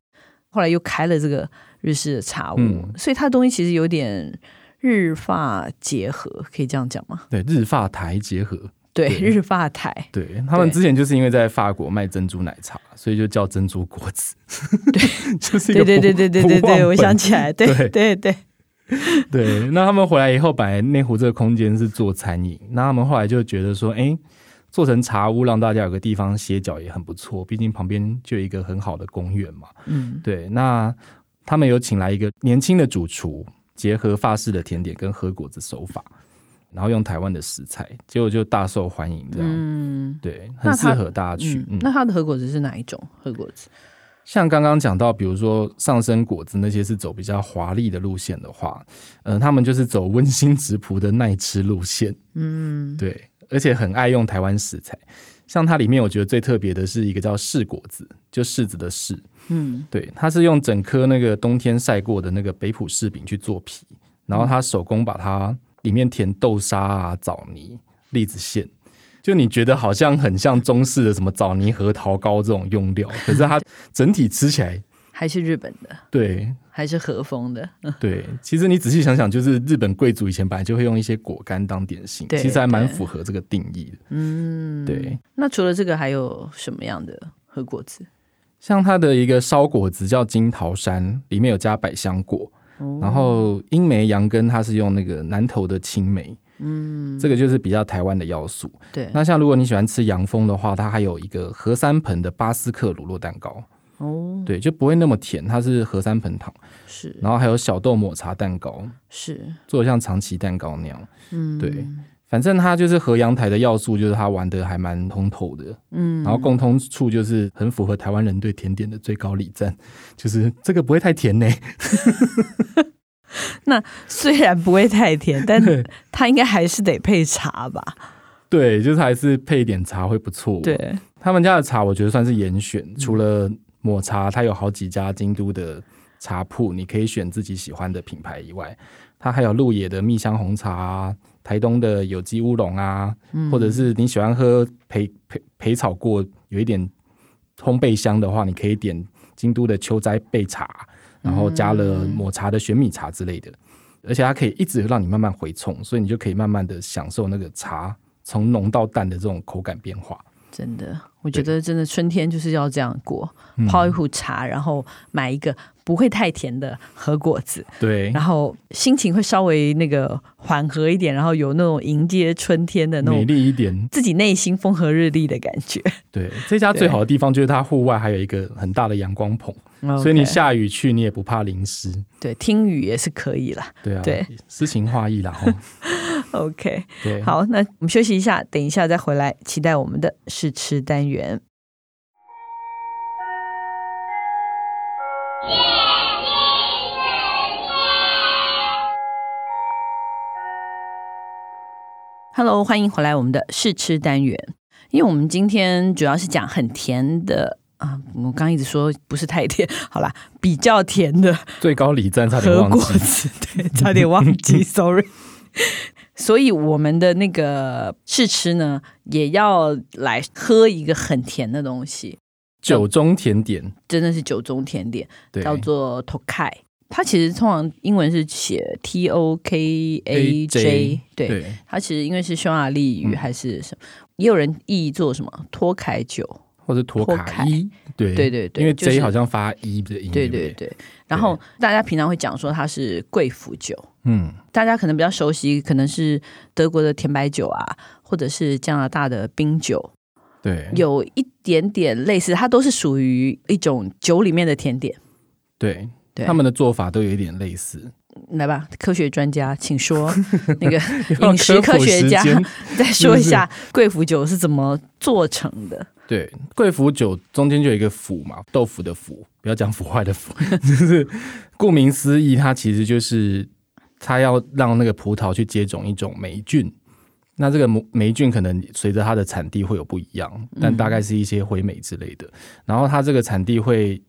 Speaker 1: 后来又开了这个日式的茶屋，
Speaker 2: 嗯
Speaker 1: 所以它的东西其实有点日法结合，可以这样讲吗？
Speaker 2: 对日法台结合，
Speaker 1: 对，
Speaker 2: 对
Speaker 1: 日法台，
Speaker 2: 对他们
Speaker 1: 对
Speaker 2: 之前就是因为在法国卖珍珠奶茶，所以就叫珍珠果子，对， <laughs> 就是一
Speaker 1: 对
Speaker 2: 个
Speaker 1: 对对
Speaker 2: 不
Speaker 1: 对对
Speaker 2: 不
Speaker 1: 对对，
Speaker 2: 忘
Speaker 1: 我
Speaker 2: 本
Speaker 1: 想起来，对
Speaker 2: 对
Speaker 1: 对对，
Speaker 2: <laughs> 对，那他们回来以后，本来内湖这个空间是做餐饮，那他们后来就觉得说，哎，做成茶屋，让大家有个地方歇脚也很不错，毕竟旁边就有一个很好的公园嘛。
Speaker 1: 嗯，
Speaker 2: 对，那他们有请来一个年轻的主厨，结合法式的甜点跟和果子手法，然后用台湾的食材，结果就大受欢迎，这样。对，很
Speaker 1: 嗯那
Speaker 2: 适
Speaker 1: 他
Speaker 2: 合大家去。
Speaker 1: 嗯
Speaker 2: 嗯，
Speaker 1: 那它的核果子是哪一种核果子？
Speaker 2: 像刚刚讲到，比如说上升果子那些是走比较华丽的路线的话，呃，他们就是走温馨质朴的耐吃路线。嗯，对，而且很爱用台湾食材。像它里面，我觉得最特别的是一个叫柿果子，就柿子的柿。
Speaker 1: 嗯，
Speaker 2: 对，它是用整颗那个冬天晒过的那个北普柿饼去做皮，然后它手工把它里面填豆沙啊、枣泥、栗子馅，就你觉得好像很像中式的什么枣泥核桃糕这种用料，可是它整体吃起来，
Speaker 1: 还是日本的，
Speaker 2: 对
Speaker 1: 还是和风的？
Speaker 2: 对，其实你仔细想想，就是日本贵族以前本来就会用一些果干当点心，
Speaker 1: 对
Speaker 2: 其实还蛮
Speaker 1: 对
Speaker 2: 符合这个定义的。嗯，对。
Speaker 1: 那除了这个，还有什么样的核果子？
Speaker 2: 像它的一个烧果子叫金桃山，里面有加百香果，然后樱梅羊羹它是用那个南投的青梅，嗯，这个就是比较台湾的要素。
Speaker 1: 对，
Speaker 2: 那像如果你喜欢吃洋风的话，它还有一个和三盆的巴斯克乳酪蛋糕，
Speaker 1: 哦，
Speaker 2: 对，就不会那么甜，它是和三盆糖，
Speaker 1: 是
Speaker 2: 然后还有小豆抹茶蛋糕，
Speaker 1: 是，
Speaker 2: 做的像长崎蛋糕那样，嗯，对。反正它就是和阳台的要素，就是它玩的还蛮通透的，嗯，然后共通处就是很符合台湾人对甜点的最高礼赞，就是这个不会太甜呢、
Speaker 1: 虽然不会太甜，但它应该还是得配茶吧？
Speaker 2: 对，就是还是配一点茶会不错。，
Speaker 1: 对，
Speaker 2: 他们家的茶我觉得算是严选，除了抹茶，它有好几家京都的茶铺，你可以选自己喜欢的品牌以外，它还有鹿野的蜜香红茶、啊、台东的有机乌龙啊，或者是你喜欢喝焙焙焙炒过有一点烘焙香的话，你可以点京都的秋斋焙茶，然后加了抹茶的玄米茶之类的，而且它可以一直让你慢慢回冲，所以你就可以慢慢的享受那个茶从浓到淡的这种口感变化。
Speaker 1: 真的，我觉得真的春天就是要这样过，
Speaker 2: 嗯
Speaker 1: 泡一壶茶，然后买一个不会太甜的和果子，
Speaker 2: 对，
Speaker 1: 然后心情会稍微那个缓和一点，然后有那种迎接春天的那
Speaker 2: 美
Speaker 1: 种
Speaker 2: 丽一点。
Speaker 1: 自己内心风和日丽的感觉。
Speaker 2: 对，这家
Speaker 1: 对
Speaker 2: 最好的地方就是它户外还有一个很大的阳光棚，所以你
Speaker 1: OK
Speaker 2: 下雨去你也不怕淋湿。
Speaker 1: 对听雨也是可以啦。
Speaker 2: 对啊，
Speaker 1: 对，
Speaker 2: 诗情画意啦。
Speaker 1: <laughs>
Speaker 2: 吼
Speaker 1: OK，
Speaker 2: 对，
Speaker 1: 好，那我们休息一下，等一下再回来，期待我们的试吃单元。Hello，欢迎回来我们的试吃单元，因为我们今天主要是讲很甜的啊，我刚刚一直说不是太甜，好啦，比较甜的
Speaker 2: 最高礼赞差点
Speaker 1: 和
Speaker 2: 忘
Speaker 1: 果 <laughs>
Speaker 2: 记。
Speaker 1: 子，对，差点忘 <laughs> 记，sorry。所以我们的那个试吃呢，也要来喝一个很甜的东西，
Speaker 2: 酒中甜点，
Speaker 1: 真的是酒中甜点，
Speaker 2: 对，
Speaker 1: 叫做 Tokai。它其实通常英文是写 T O K A J，
Speaker 2: AJ
Speaker 1: 对，嗯
Speaker 2: 对，
Speaker 1: 它其实因为是匈牙利语还是什么，也有人译做什么托凯酒，
Speaker 2: 或是托
Speaker 1: 托
Speaker 2: 卡
Speaker 1: 凯
Speaker 2: 伊，对
Speaker 1: 对对对，
Speaker 2: 因为
Speaker 1: 就是
Speaker 2: J 好像发 E 的音，
Speaker 1: 对
Speaker 2: 不
Speaker 1: 对，对。然后大家平常会讲说它是贵腐酒，
Speaker 2: 嗯，
Speaker 1: 大家可能比较熟悉，可能是德国的甜白酒啊，或者是加拿大的冰酒，
Speaker 2: 对，
Speaker 1: 有一点点类似，它都是属于一种酒里面的甜点。
Speaker 2: 对，
Speaker 1: 对，
Speaker 2: 他们的做法都有一点类似。
Speaker 1: 来吧，科学专家，请
Speaker 2: <laughs>
Speaker 1: 说那个
Speaker 2: 要
Speaker 1: 饮食科
Speaker 2: 科普
Speaker 1: 学
Speaker 2: 时 <laughs>
Speaker 1: 家
Speaker 2: 间
Speaker 1: <laughs> 再说一下贵腐酒是怎么做成的。
Speaker 2: 对，贵腐酒中间就有一个腐嘛，豆腐的腐，不要讲腐坏的腐， <laughs> 就是顾名思义，它其实就是它要让那个葡萄去接种一种霉菌。那这个霉霉菌可能随着它的产地会有不一样，但大概是一些灰霉之类的。然后它这个产地会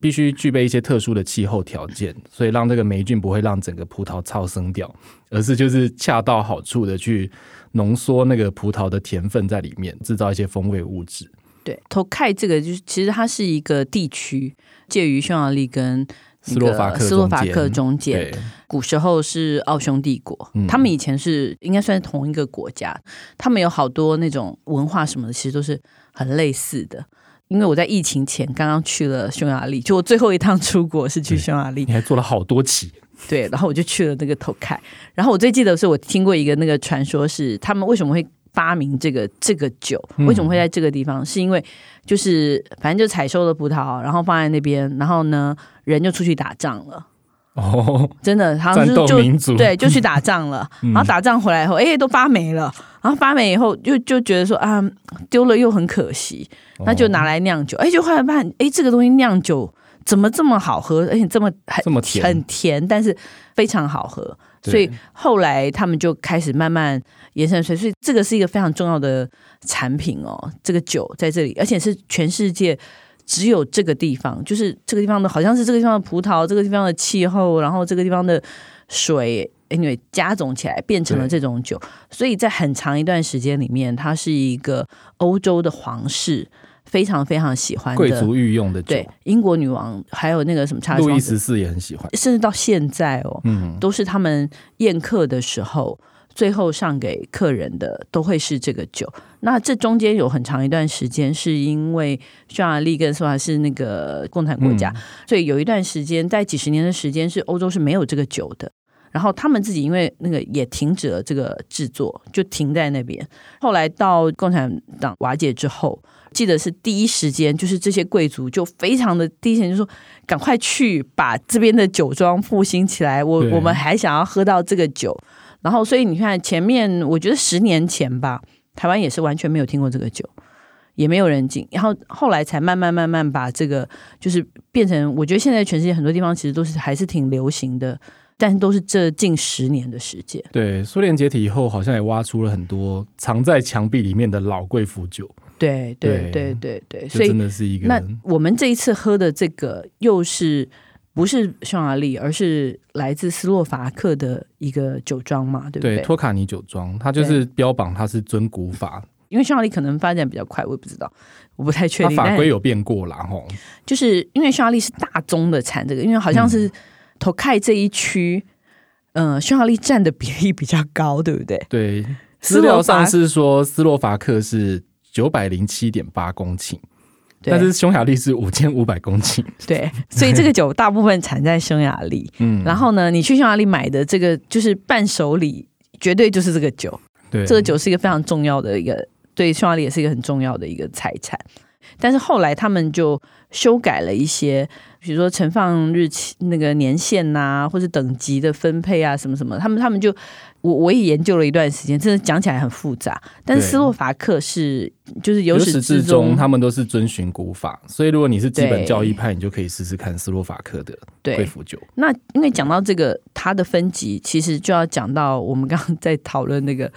Speaker 2: 必须具备一些特殊的气候条件，所以让这个霉菌不会让整个葡萄超生掉，而是就是恰到好处的去浓缩那个葡萄的甜分在里面，制造一些风味物质。
Speaker 1: 对，头盖这个就是其实它是一个地区，介于匈牙利跟那
Speaker 2: 斯洛伐
Speaker 1: 个
Speaker 2: 克
Speaker 1: 斯洛伐
Speaker 2: 中间
Speaker 1: 克中间。
Speaker 2: 对，
Speaker 1: 古时候是奥匈帝国，
Speaker 2: 嗯
Speaker 1: 他们以前是应该算是同一个国家，他们有好多那种文化什么的，其实都是很类似的。因为我在疫情前刚刚去了匈牙利，就我最后一趟出国是
Speaker 2: 嗯
Speaker 1: 去匈牙利
Speaker 2: 你，还做了好多期，
Speaker 1: 对，然后我就去了那个头凯。然后我最记得是我听过一个那个传说是，他们为什么会发明这个这个酒，
Speaker 2: 嗯
Speaker 1: 为什么会在这个地方，是因为就是反正就采收了葡萄，然后放在那边，然后呢人就出去打仗了。
Speaker 2: 哦，
Speaker 1: 真的，好像
Speaker 2: 战
Speaker 1: 是
Speaker 2: 斗
Speaker 1: 就
Speaker 2: 民族，嗯
Speaker 1: 对，
Speaker 2: <laughs>
Speaker 1: 就去打仗了。然后打仗回来以后，哎、都发霉了。然后发霉以后，就就觉得说啊，丢了又很可惜，
Speaker 2: 哦，
Speaker 1: 那就拿来酿酒。哎、就后来发现，哎、这个东西酿酒怎么这么好喝，而且这么很
Speaker 2: 这么甜
Speaker 1: 很甜，但是非常好喝。
Speaker 2: 对
Speaker 1: 所以后来他们就开始慢慢延伸出来，所以这个是一个非常重要的产品哦。这个酒在这里，而且是全世界只有这个地方，就是这个地方的，好像是这个地方的葡萄，这个地方的气候，然后这个地方的水，anyway 加总起来变成了这种酒。所以在很长一段时间里面，它是一个欧洲的皇室非常非常喜欢的
Speaker 2: 贵族御用的酒
Speaker 1: 对，英国女王，还有那个什么查理
Speaker 2: 路易
Speaker 1: 王子，
Speaker 2: 十四也很喜欢，
Speaker 1: 甚至到现在哦，
Speaker 2: 嗯，
Speaker 1: 都是他们宴客的时候，最后上给客人的都会是这个酒。那这中间有很长一段时间，是因为匈牙利跟斯洛伐克是那个共产国家，所以有一段时间，在几十年的时间是欧洲是没有这个酒的。然后他们自己因为那个也停止了这个制作，就停在那边。后来到共产党瓦解之后，记得是第一时间，就是这些贵族就非常的第一时间就说，赶快去把这边的酒庄复兴起来，我
Speaker 2: 对
Speaker 1: 我们还想要喝到这个酒。然后所以你看前面，我觉得十年前吧，台湾也是完全没有听过这个酒，也没有人进。然后后来才慢慢慢慢把这个就是变成，我觉得现在全世界很多地方其实都是还是挺流行的，但是都是这近十年的时间。
Speaker 2: 对，苏联解体以后，好像也挖出了很多藏在墙壁里面的老贵腐酒，
Speaker 1: 对对对
Speaker 2: 对
Speaker 1: 对对，
Speaker 2: 就
Speaker 1: 所以
Speaker 2: 真的是一个
Speaker 1: 那我们这一次喝的这个又是不是匈牙利，而是来自斯洛伐克的一个酒庄嘛，对不
Speaker 2: 对
Speaker 1: 对？
Speaker 2: 托卡尼酒庄，它就是标榜它是尊古法，
Speaker 1: 因为匈牙利可能发展比较快，我也不知道，我不太确
Speaker 2: 它
Speaker 1: 定。
Speaker 2: 法
Speaker 1: 但
Speaker 2: 规有变过啦，吼，
Speaker 1: 就是因为匈牙利是大宗的产这个，因为好像是
Speaker 2: 嗯
Speaker 1: 头盖这一区，嗯、呃，匈牙利占的比例比较高，对不对？
Speaker 2: 对，
Speaker 1: 斯
Speaker 2: 资
Speaker 1: 洛
Speaker 2: 料
Speaker 1: 伐
Speaker 2: 上是说斯洛伐克是九百零七点八公顷，
Speaker 1: 对
Speaker 2: 但是匈牙利是五千五百公顷，
Speaker 1: 对，
Speaker 2: <laughs>
Speaker 1: 所以这个酒大部分产在匈牙利。
Speaker 2: 嗯，
Speaker 1: 然后呢，你去匈牙利买的这个就是伴手礼，绝对就是这个酒。
Speaker 2: 对
Speaker 1: 这个酒是一个非常重要的一个，对匈牙利也是一个很重要的一个财产。但是后来他们就修改了一些，比如说存放日期、那个年限呐、或者等级的分配啊，什么什么。他们他们就我我也研究了一段时间，真的讲起来很复杂。但是
Speaker 2: 对
Speaker 1: 斯洛伐克是就是由
Speaker 2: 由
Speaker 1: 始
Speaker 2: 始
Speaker 1: 至
Speaker 2: 至
Speaker 1: 终
Speaker 2: 终，，他们都是遵循古法，所以如果你是基
Speaker 1: 对
Speaker 2: 本教义派，你就可以试试看斯洛伐克的贵
Speaker 1: 对
Speaker 2: 腐酒。
Speaker 1: 那因为讲到这个它的分级，其实就要讲到我们刚刚在讨论那个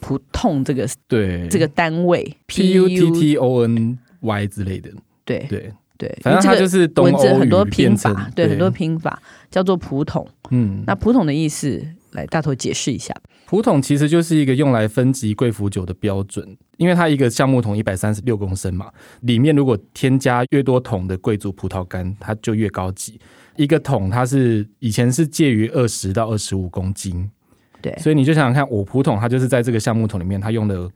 Speaker 1: 普痛这个
Speaker 2: 对，
Speaker 1: 这个单位
Speaker 2: P U T T O N Y 之类的，
Speaker 1: 对
Speaker 2: 对，
Speaker 1: 对，
Speaker 2: 反正
Speaker 1: 因为
Speaker 2: 它
Speaker 1: 这
Speaker 2: 就
Speaker 1: 个
Speaker 2: 是东
Speaker 1: 文字
Speaker 2: 欧
Speaker 1: 很多
Speaker 2: 语
Speaker 1: 拼
Speaker 2: 变成
Speaker 1: 法，对很多拼法叫做普统。
Speaker 2: 嗯，
Speaker 1: 那普统的意思，来大头解释一下。
Speaker 2: 普桶其实就是一个用来分级贵腐酒的标准，因为它一个橡木桶一百三十六公升嘛，里面如果添加越多桶的贵族葡萄干，它就越高级。一个桶它是以前是介于二十到二十五公斤，
Speaker 1: 对，
Speaker 2: 所以你就想想看，我普桶它就是在这个橡木桶里面，它用了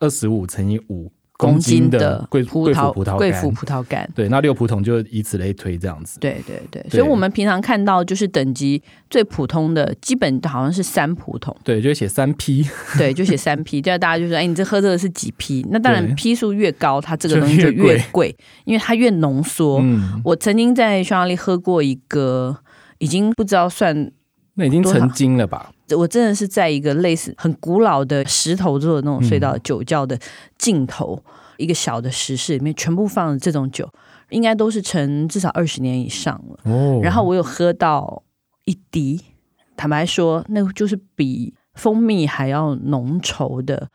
Speaker 2: 二十五乘以五
Speaker 1: 公
Speaker 2: 斤
Speaker 1: 斤的
Speaker 2: 贵
Speaker 1: 葡
Speaker 2: 贵腐
Speaker 1: 萄
Speaker 2: 葡萄干
Speaker 1: 贵腐葡萄干。
Speaker 2: 对，那六普桶就以此类推这样子。
Speaker 1: 对对对，所以我们平常看到就是等级最普通的，基本好像是三普
Speaker 2: <laughs>
Speaker 1: 通，
Speaker 2: 对，就会写三 P，
Speaker 1: 对，就写三批，这样大家就说，哎，你这喝这个是几批？那当然
Speaker 2: 对
Speaker 1: 批数越高，它这个东西就
Speaker 2: 就越
Speaker 1: 越贵，因为它越浓缩。
Speaker 2: 嗯，
Speaker 1: 我曾经在匈牙利喝过一个，已经不知道算，
Speaker 2: 那已经
Speaker 1: 多少
Speaker 2: 成精了吧？
Speaker 1: 我真的是在一个类似很古老的石头做的那种隧道酒窖的尽头，一个小的石室里面全部放了这种酒，应该都是陈至少二十年以上了。
Speaker 2: 哦
Speaker 1: 然后我有喝到一滴，坦白说，那个就是比蜂蜜还要浓稠的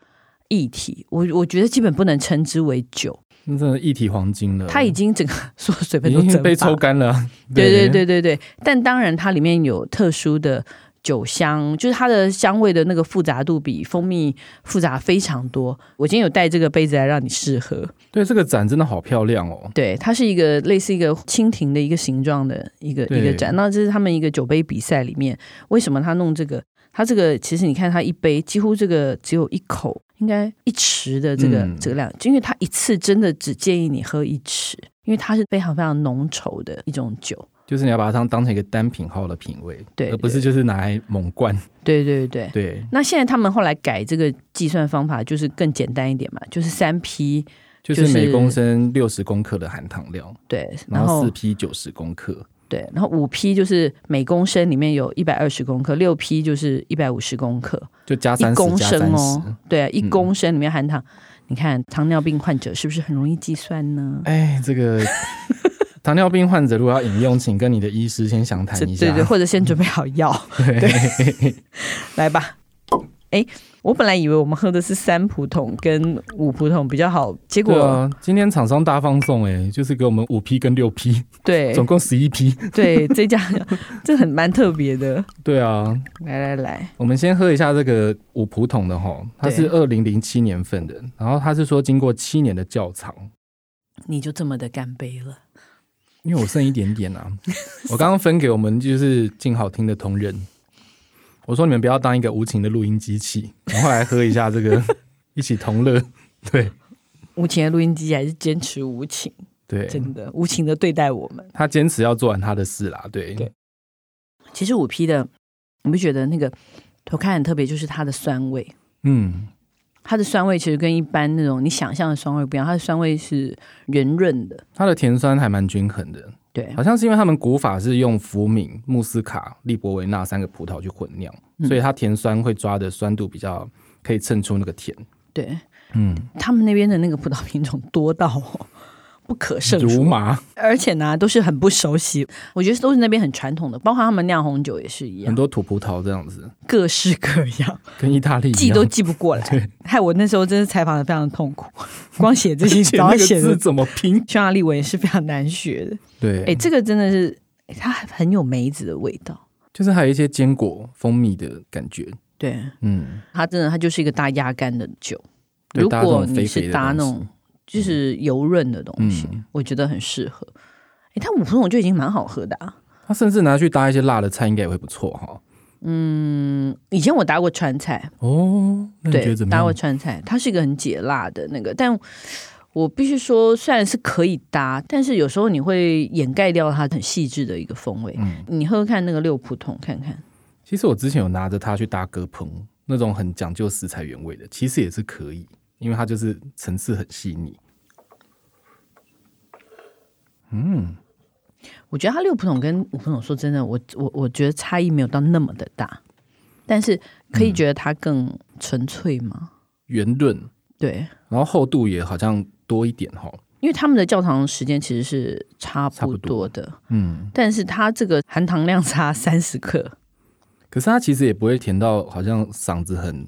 Speaker 1: 液体。我我觉得基本不能称之为酒，
Speaker 2: 那真的一体黄金了，
Speaker 1: 它已经整个所有水分
Speaker 2: 已
Speaker 1: 都蒸
Speaker 2: 经
Speaker 1: 发
Speaker 2: 被抽。干了。
Speaker 1: 对对对对对，但当然它里面有特殊的。酒香就是它的香味的那个复杂度比蜂蜜复杂非常多。我今天有带这个杯子来让你试喝，
Speaker 2: 对，这个展真的好漂亮哦。
Speaker 1: 对，它是一个类似一个蜻蜓的一个形状的一个
Speaker 2: 对
Speaker 1: 一个展。那这是他们一个酒杯比赛里面，为什么他弄这个？他这个其实你看，他一杯几乎这个只有一口，应该一匙的这个、
Speaker 2: 嗯
Speaker 1: 这个量，因为他一次真的只建议你喝一匙，因为它是非常非常浓稠的一种酒。
Speaker 2: 就是你要把它当当成一个单品号的品味，
Speaker 1: 对
Speaker 2: 而不是就是拿来猛灌。
Speaker 1: 对对对。
Speaker 2: 对，
Speaker 1: 那现在他们后来改这个计算方法，就是更简单一点嘛，就是三批
Speaker 2: 就是
Speaker 1: 就是
Speaker 2: 每公升六十公克的含糖量，
Speaker 1: 对，
Speaker 2: 然后四批九十公克。
Speaker 1: 对，然后五批就是每公升里面有一百二十公克，六批就是一百五十公克，
Speaker 2: 就加啊三
Speaker 1: 一
Speaker 2: 十
Speaker 1: 公
Speaker 2: 加
Speaker 1: 升
Speaker 2: 三
Speaker 1: 哦
Speaker 2: 十，，
Speaker 1: 对啊，一
Speaker 2: 嗯
Speaker 1: 公升里面含糖。你看糖尿病患者是不是很容易计算呢？
Speaker 2: 哎，这个糖尿病患者如果要饮用，请跟你的医师先详谈
Speaker 1: 这
Speaker 2: 一
Speaker 1: 对
Speaker 2: 下。
Speaker 1: 对，或者先准备好
Speaker 2: <laughs>
Speaker 1: 药，
Speaker 2: 对，
Speaker 1: 来吧。哎，我本来以为我们喝的是三普桶跟五普桶比较好，结
Speaker 2: 对
Speaker 1: 果
Speaker 2: 啊，今天厂商大放送，哎，就是给我们五批跟六批，
Speaker 1: 对
Speaker 2: 总共十一批。
Speaker 1: 对这家 <laughs> 这很蛮特别的。
Speaker 2: 对啊，
Speaker 1: 来来来，
Speaker 2: 我们先喝一下这个五普桶的哈，它是二零零七年份的，然后它是说经过七年的窖藏，
Speaker 1: 你就这么的干杯了。
Speaker 2: 因为我剩一点点啊，我刚刚分给我们就是静好听的同仁，我说你们不要当一个无情的录音机器，然后来喝一下这个，一起同乐，对
Speaker 1: 无情的录音机还是坚持无情，
Speaker 2: 对，
Speaker 1: 真的无情的对待我们。
Speaker 2: 他坚持要做完他的事啦，对
Speaker 1: 对其实五批的，你不觉得那个我看很特别，就是它的酸味，
Speaker 2: 嗯，
Speaker 1: 它的酸味其实跟一般那种你想象的酸味不一样，它的酸味是圆润的，
Speaker 2: 他的甜酸还蛮均衡的，
Speaker 1: 对
Speaker 2: 好像是因为他们古法是用福敏、穆斯卡、利伯维纳三个葡萄去混酿，
Speaker 1: 嗯
Speaker 2: 所以它甜酸会抓的酸度比较可以衬出那个甜，
Speaker 1: 对，
Speaker 2: 嗯，
Speaker 1: 他们那边的那个葡萄品种多到、 <laughs> 哦、不可胜
Speaker 2: 如
Speaker 1: 数，
Speaker 2: 麻，
Speaker 1: 而且呢都是很不熟悉，我觉得都是那边很传统的，包括他们酿红酒也是一
Speaker 2: 很
Speaker 1: 样，
Speaker 2: 多土葡萄这样子，
Speaker 1: 各式各样，
Speaker 2: 跟意大利一
Speaker 1: 记都
Speaker 2: 样。
Speaker 1: 记不过
Speaker 2: 对
Speaker 1: 来，害我那时候真是采访的非常痛苦，光写这些
Speaker 2: <laughs> 而且
Speaker 1: 早
Speaker 2: 那
Speaker 1: 上
Speaker 2: 个
Speaker 1: 写
Speaker 2: 字
Speaker 1: 的
Speaker 2: 怎么
Speaker 1: <laughs>
Speaker 2: 拼？
Speaker 1: 匈牙利文也是非常难学的，
Speaker 2: 对，
Speaker 1: 哎、这个真的是。哎它很有梅子的味道，
Speaker 2: 就是还有一些坚果、蜂蜜的感觉。
Speaker 1: 对，
Speaker 2: 嗯，
Speaker 1: 它真的它就是一个大压干的酒。
Speaker 2: 对
Speaker 1: 如
Speaker 2: 搭这种
Speaker 1: 果你
Speaker 2: 肥
Speaker 1: 是
Speaker 2: 肥的
Speaker 1: 搭那
Speaker 2: 东西
Speaker 1: 种就是油润的东西，
Speaker 2: 嗯
Speaker 1: 我觉得很适合。诶，它五分桶就已经蛮好喝的啊。
Speaker 2: 它甚至拿去搭一些辣的菜，应该也会不错哈。
Speaker 1: 以前我搭过川菜，
Speaker 2: 哦，那你觉
Speaker 1: 对
Speaker 2: 得，怎么
Speaker 1: 搭过
Speaker 2: 样？
Speaker 1: 川菜，它是一个很解辣的那个，但我必须说，虽然是可以搭，但是有时候你会掩盖掉它很细致的一个风味。
Speaker 2: 嗯
Speaker 1: 你喝喝看那个六普桶看看，
Speaker 2: 其实我之前有拿着它去搭鸽烹，那种很讲究食材原味的，其实也是可以，因为它就是层次很细腻。
Speaker 1: 我觉得它六普桶跟五普桶，说真的，我我我觉得差异没有到那么的大，但是可
Speaker 2: 嗯
Speaker 1: 以觉得它更纯粹吗？
Speaker 2: 圆润，
Speaker 1: 对，
Speaker 2: 然后厚度也好像多一点哈。
Speaker 1: 因为他们的教堂时间其实是差
Speaker 2: 差不
Speaker 1: 不多的，
Speaker 2: 嗯，
Speaker 1: 但是它这个含糖量差三十克，
Speaker 2: 可是它其实也不会甜到好像嗓子很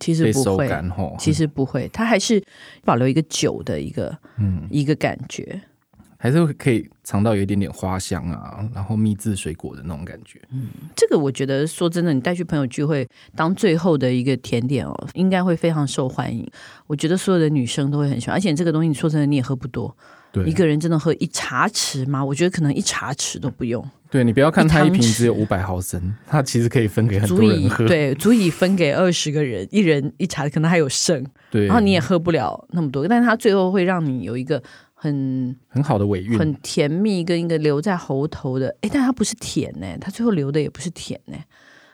Speaker 1: 其实
Speaker 2: 被
Speaker 1: 不
Speaker 2: 收
Speaker 1: 会，
Speaker 2: 干哈。
Speaker 1: 其实不会，它还是保留一个酒的一个
Speaker 2: 嗯，
Speaker 1: 一个感觉。
Speaker 2: 还是会可以尝到有一点点花香啊，然后蜜制水果的那种感觉。
Speaker 1: 这个我觉得说真的，你带去朋友聚会当最后的一个甜点哦，应该会非常受欢迎。我觉得所有的女生都会很喜欢，而且这个东西你说真的你也喝不多，
Speaker 2: 对
Speaker 1: 一个人真的喝一茶匙吗？我觉得可能一茶匙都不用，
Speaker 2: 对你不要看它
Speaker 1: 一
Speaker 2: 一
Speaker 1: 汤匙
Speaker 2: 瓶只有五百毫升，它其实可以分给很
Speaker 1: 足
Speaker 2: 多
Speaker 1: 以
Speaker 2: 人喝。
Speaker 1: 对，足以分给二十个人，一人一茶，可能还有剩，
Speaker 2: 对，
Speaker 1: 然后你也喝不了那么多，但是它最后会让你有一个很
Speaker 2: 很好的尾韵，
Speaker 1: 很甜蜜跟一个留在喉头的，诶，但它不是甜呢、它最后留的也不是甜呢、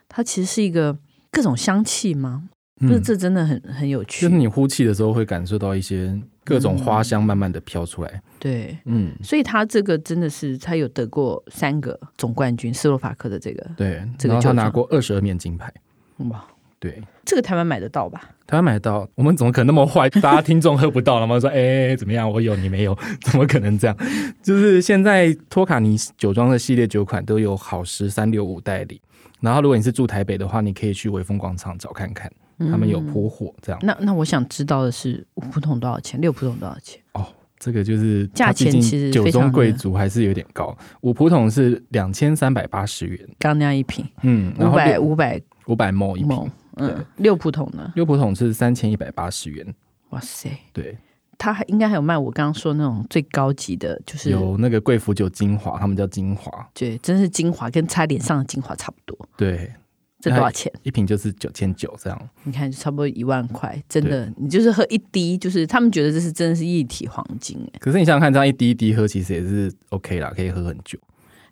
Speaker 1: 它其实是一个各种香气吗？不是，
Speaker 2: 嗯
Speaker 1: 这真的很很有
Speaker 2: 就
Speaker 1: 趣
Speaker 2: 是，你呼气的时候会感受到一些各种花
Speaker 1: 嗯
Speaker 2: 香慢慢的飘出来。
Speaker 1: 对。
Speaker 2: 嗯，
Speaker 1: 所以他这个真的是，他有得过三个总冠军，斯洛伐克的这个，
Speaker 2: 对。
Speaker 1: 这个
Speaker 2: 然后
Speaker 1: 就
Speaker 2: 他拿
Speaker 1: 像
Speaker 2: 过二十二面金牌，
Speaker 1: 哇，
Speaker 2: 对，
Speaker 1: 这个台湾买得到吧？
Speaker 2: 台湾买得到，我们怎么可能那么坏？ <laughs> 大家听众喝不到了吗？说哎、怎么样？我有你没有？怎么可能这样？就是现在托卡尼酒庄的系列酒款都有好时三六五代理，然后如果你是住台北的话，你可以去微风广场找看看，他们有
Speaker 1: 嗯
Speaker 2: 铺货这样。
Speaker 1: 那那我想知道的是，五普桶多少钱？六普桶多少钱？
Speaker 2: 这个就是
Speaker 1: 价
Speaker 2: 它毕
Speaker 1: 钱
Speaker 2: 竟
Speaker 1: 其实
Speaker 2: 酒
Speaker 1: 非常
Speaker 2: 中
Speaker 1: 的
Speaker 2: 贵族还是有点高，五普桶是两千三百八十元，
Speaker 1: 刚那样一瓶，
Speaker 2: 嗯，然
Speaker 1: 五
Speaker 2: 后
Speaker 1: 百五百
Speaker 2: 五百毛一
Speaker 1: 某
Speaker 2: 瓶，，
Speaker 1: 嗯，六普桶呢？
Speaker 2: 六普桶是三千一百八十元，
Speaker 1: 哇塞，
Speaker 2: 对，
Speaker 1: 他还应该还有卖我刚刚说那种最高级的，就是
Speaker 2: 有那个贵腐酒精华，他们叫精华，
Speaker 1: 对，真是精华，跟擦脸上的精华差不多。
Speaker 2: 对，
Speaker 1: 这多少钱？
Speaker 2: 一瓶就是九千九这样，
Speaker 1: 你看，就差不多一万块，真的，你就是喝一滴，就是他们觉得这是真的是一体黄金哎。
Speaker 2: 可是你想想看，这样一滴一滴喝，其实也是 OK 啦，可以喝很久。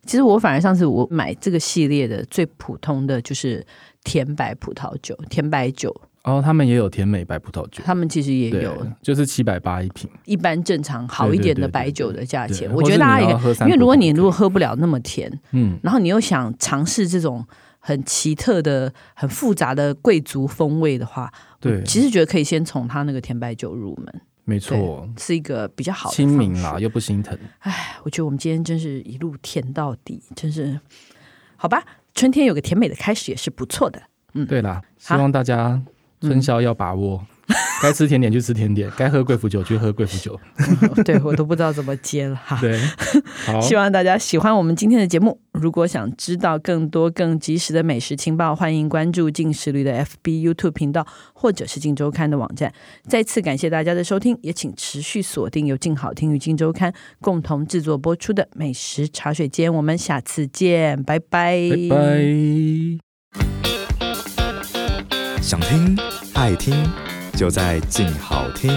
Speaker 1: 其实我反而上次我买这个系列的最普通的就是甜白葡萄酒、甜白酒，
Speaker 2: 然哦后他们也有甜美白葡萄酒，
Speaker 1: 他们其实也
Speaker 2: 对
Speaker 1: 有，
Speaker 2: 就是七百八一瓶，
Speaker 1: 一般正常好一点的白酒的价
Speaker 2: 对
Speaker 1: 钱。
Speaker 2: 对
Speaker 1: 我觉得大家也可
Speaker 2: 或是你要
Speaker 1: 以
Speaker 2: 喝三
Speaker 1: 因为如果
Speaker 2: 普
Speaker 1: 你
Speaker 2: 通
Speaker 1: 如果喝不了那么甜，
Speaker 2: 嗯，
Speaker 1: 然后你又想尝试这种很奇特的、很复杂的贵族风味的话，
Speaker 2: 对，
Speaker 1: 其实觉得可以先从他那个甜白酒入门，
Speaker 2: 没
Speaker 1: 对
Speaker 2: 错，
Speaker 1: 是一个比较好的
Speaker 2: 亲民
Speaker 1: 方式
Speaker 2: 啦，。又不心疼。
Speaker 1: 我觉得我们今天真是一路甜到底，真是好吧。春天有个甜美的开始也是不错的。
Speaker 2: 对啦，希
Speaker 1: 嗯好嗯
Speaker 2: 望大家春宵要把握， <laughs> 该吃甜点就吃甜点，该喝贵腐酒就喝贵腐
Speaker 1: <laughs>
Speaker 2: 酒。
Speaker 1: 哦对我都不知道怎么接了哈。
Speaker 2: 对，好，
Speaker 1: 希望大家喜欢我们今天的节目。如果想知道更多更及时的美食情报，欢迎关注进食旅的 FB、YouTube 频道，或者是静周刊的网站。再次感谢大家的收听，也请持续锁定由静好听与静周刊共同制作播出的美食茶水间。我们下次见，拜拜，
Speaker 2: 拜拜。
Speaker 3: 想听爱听，就在静好听。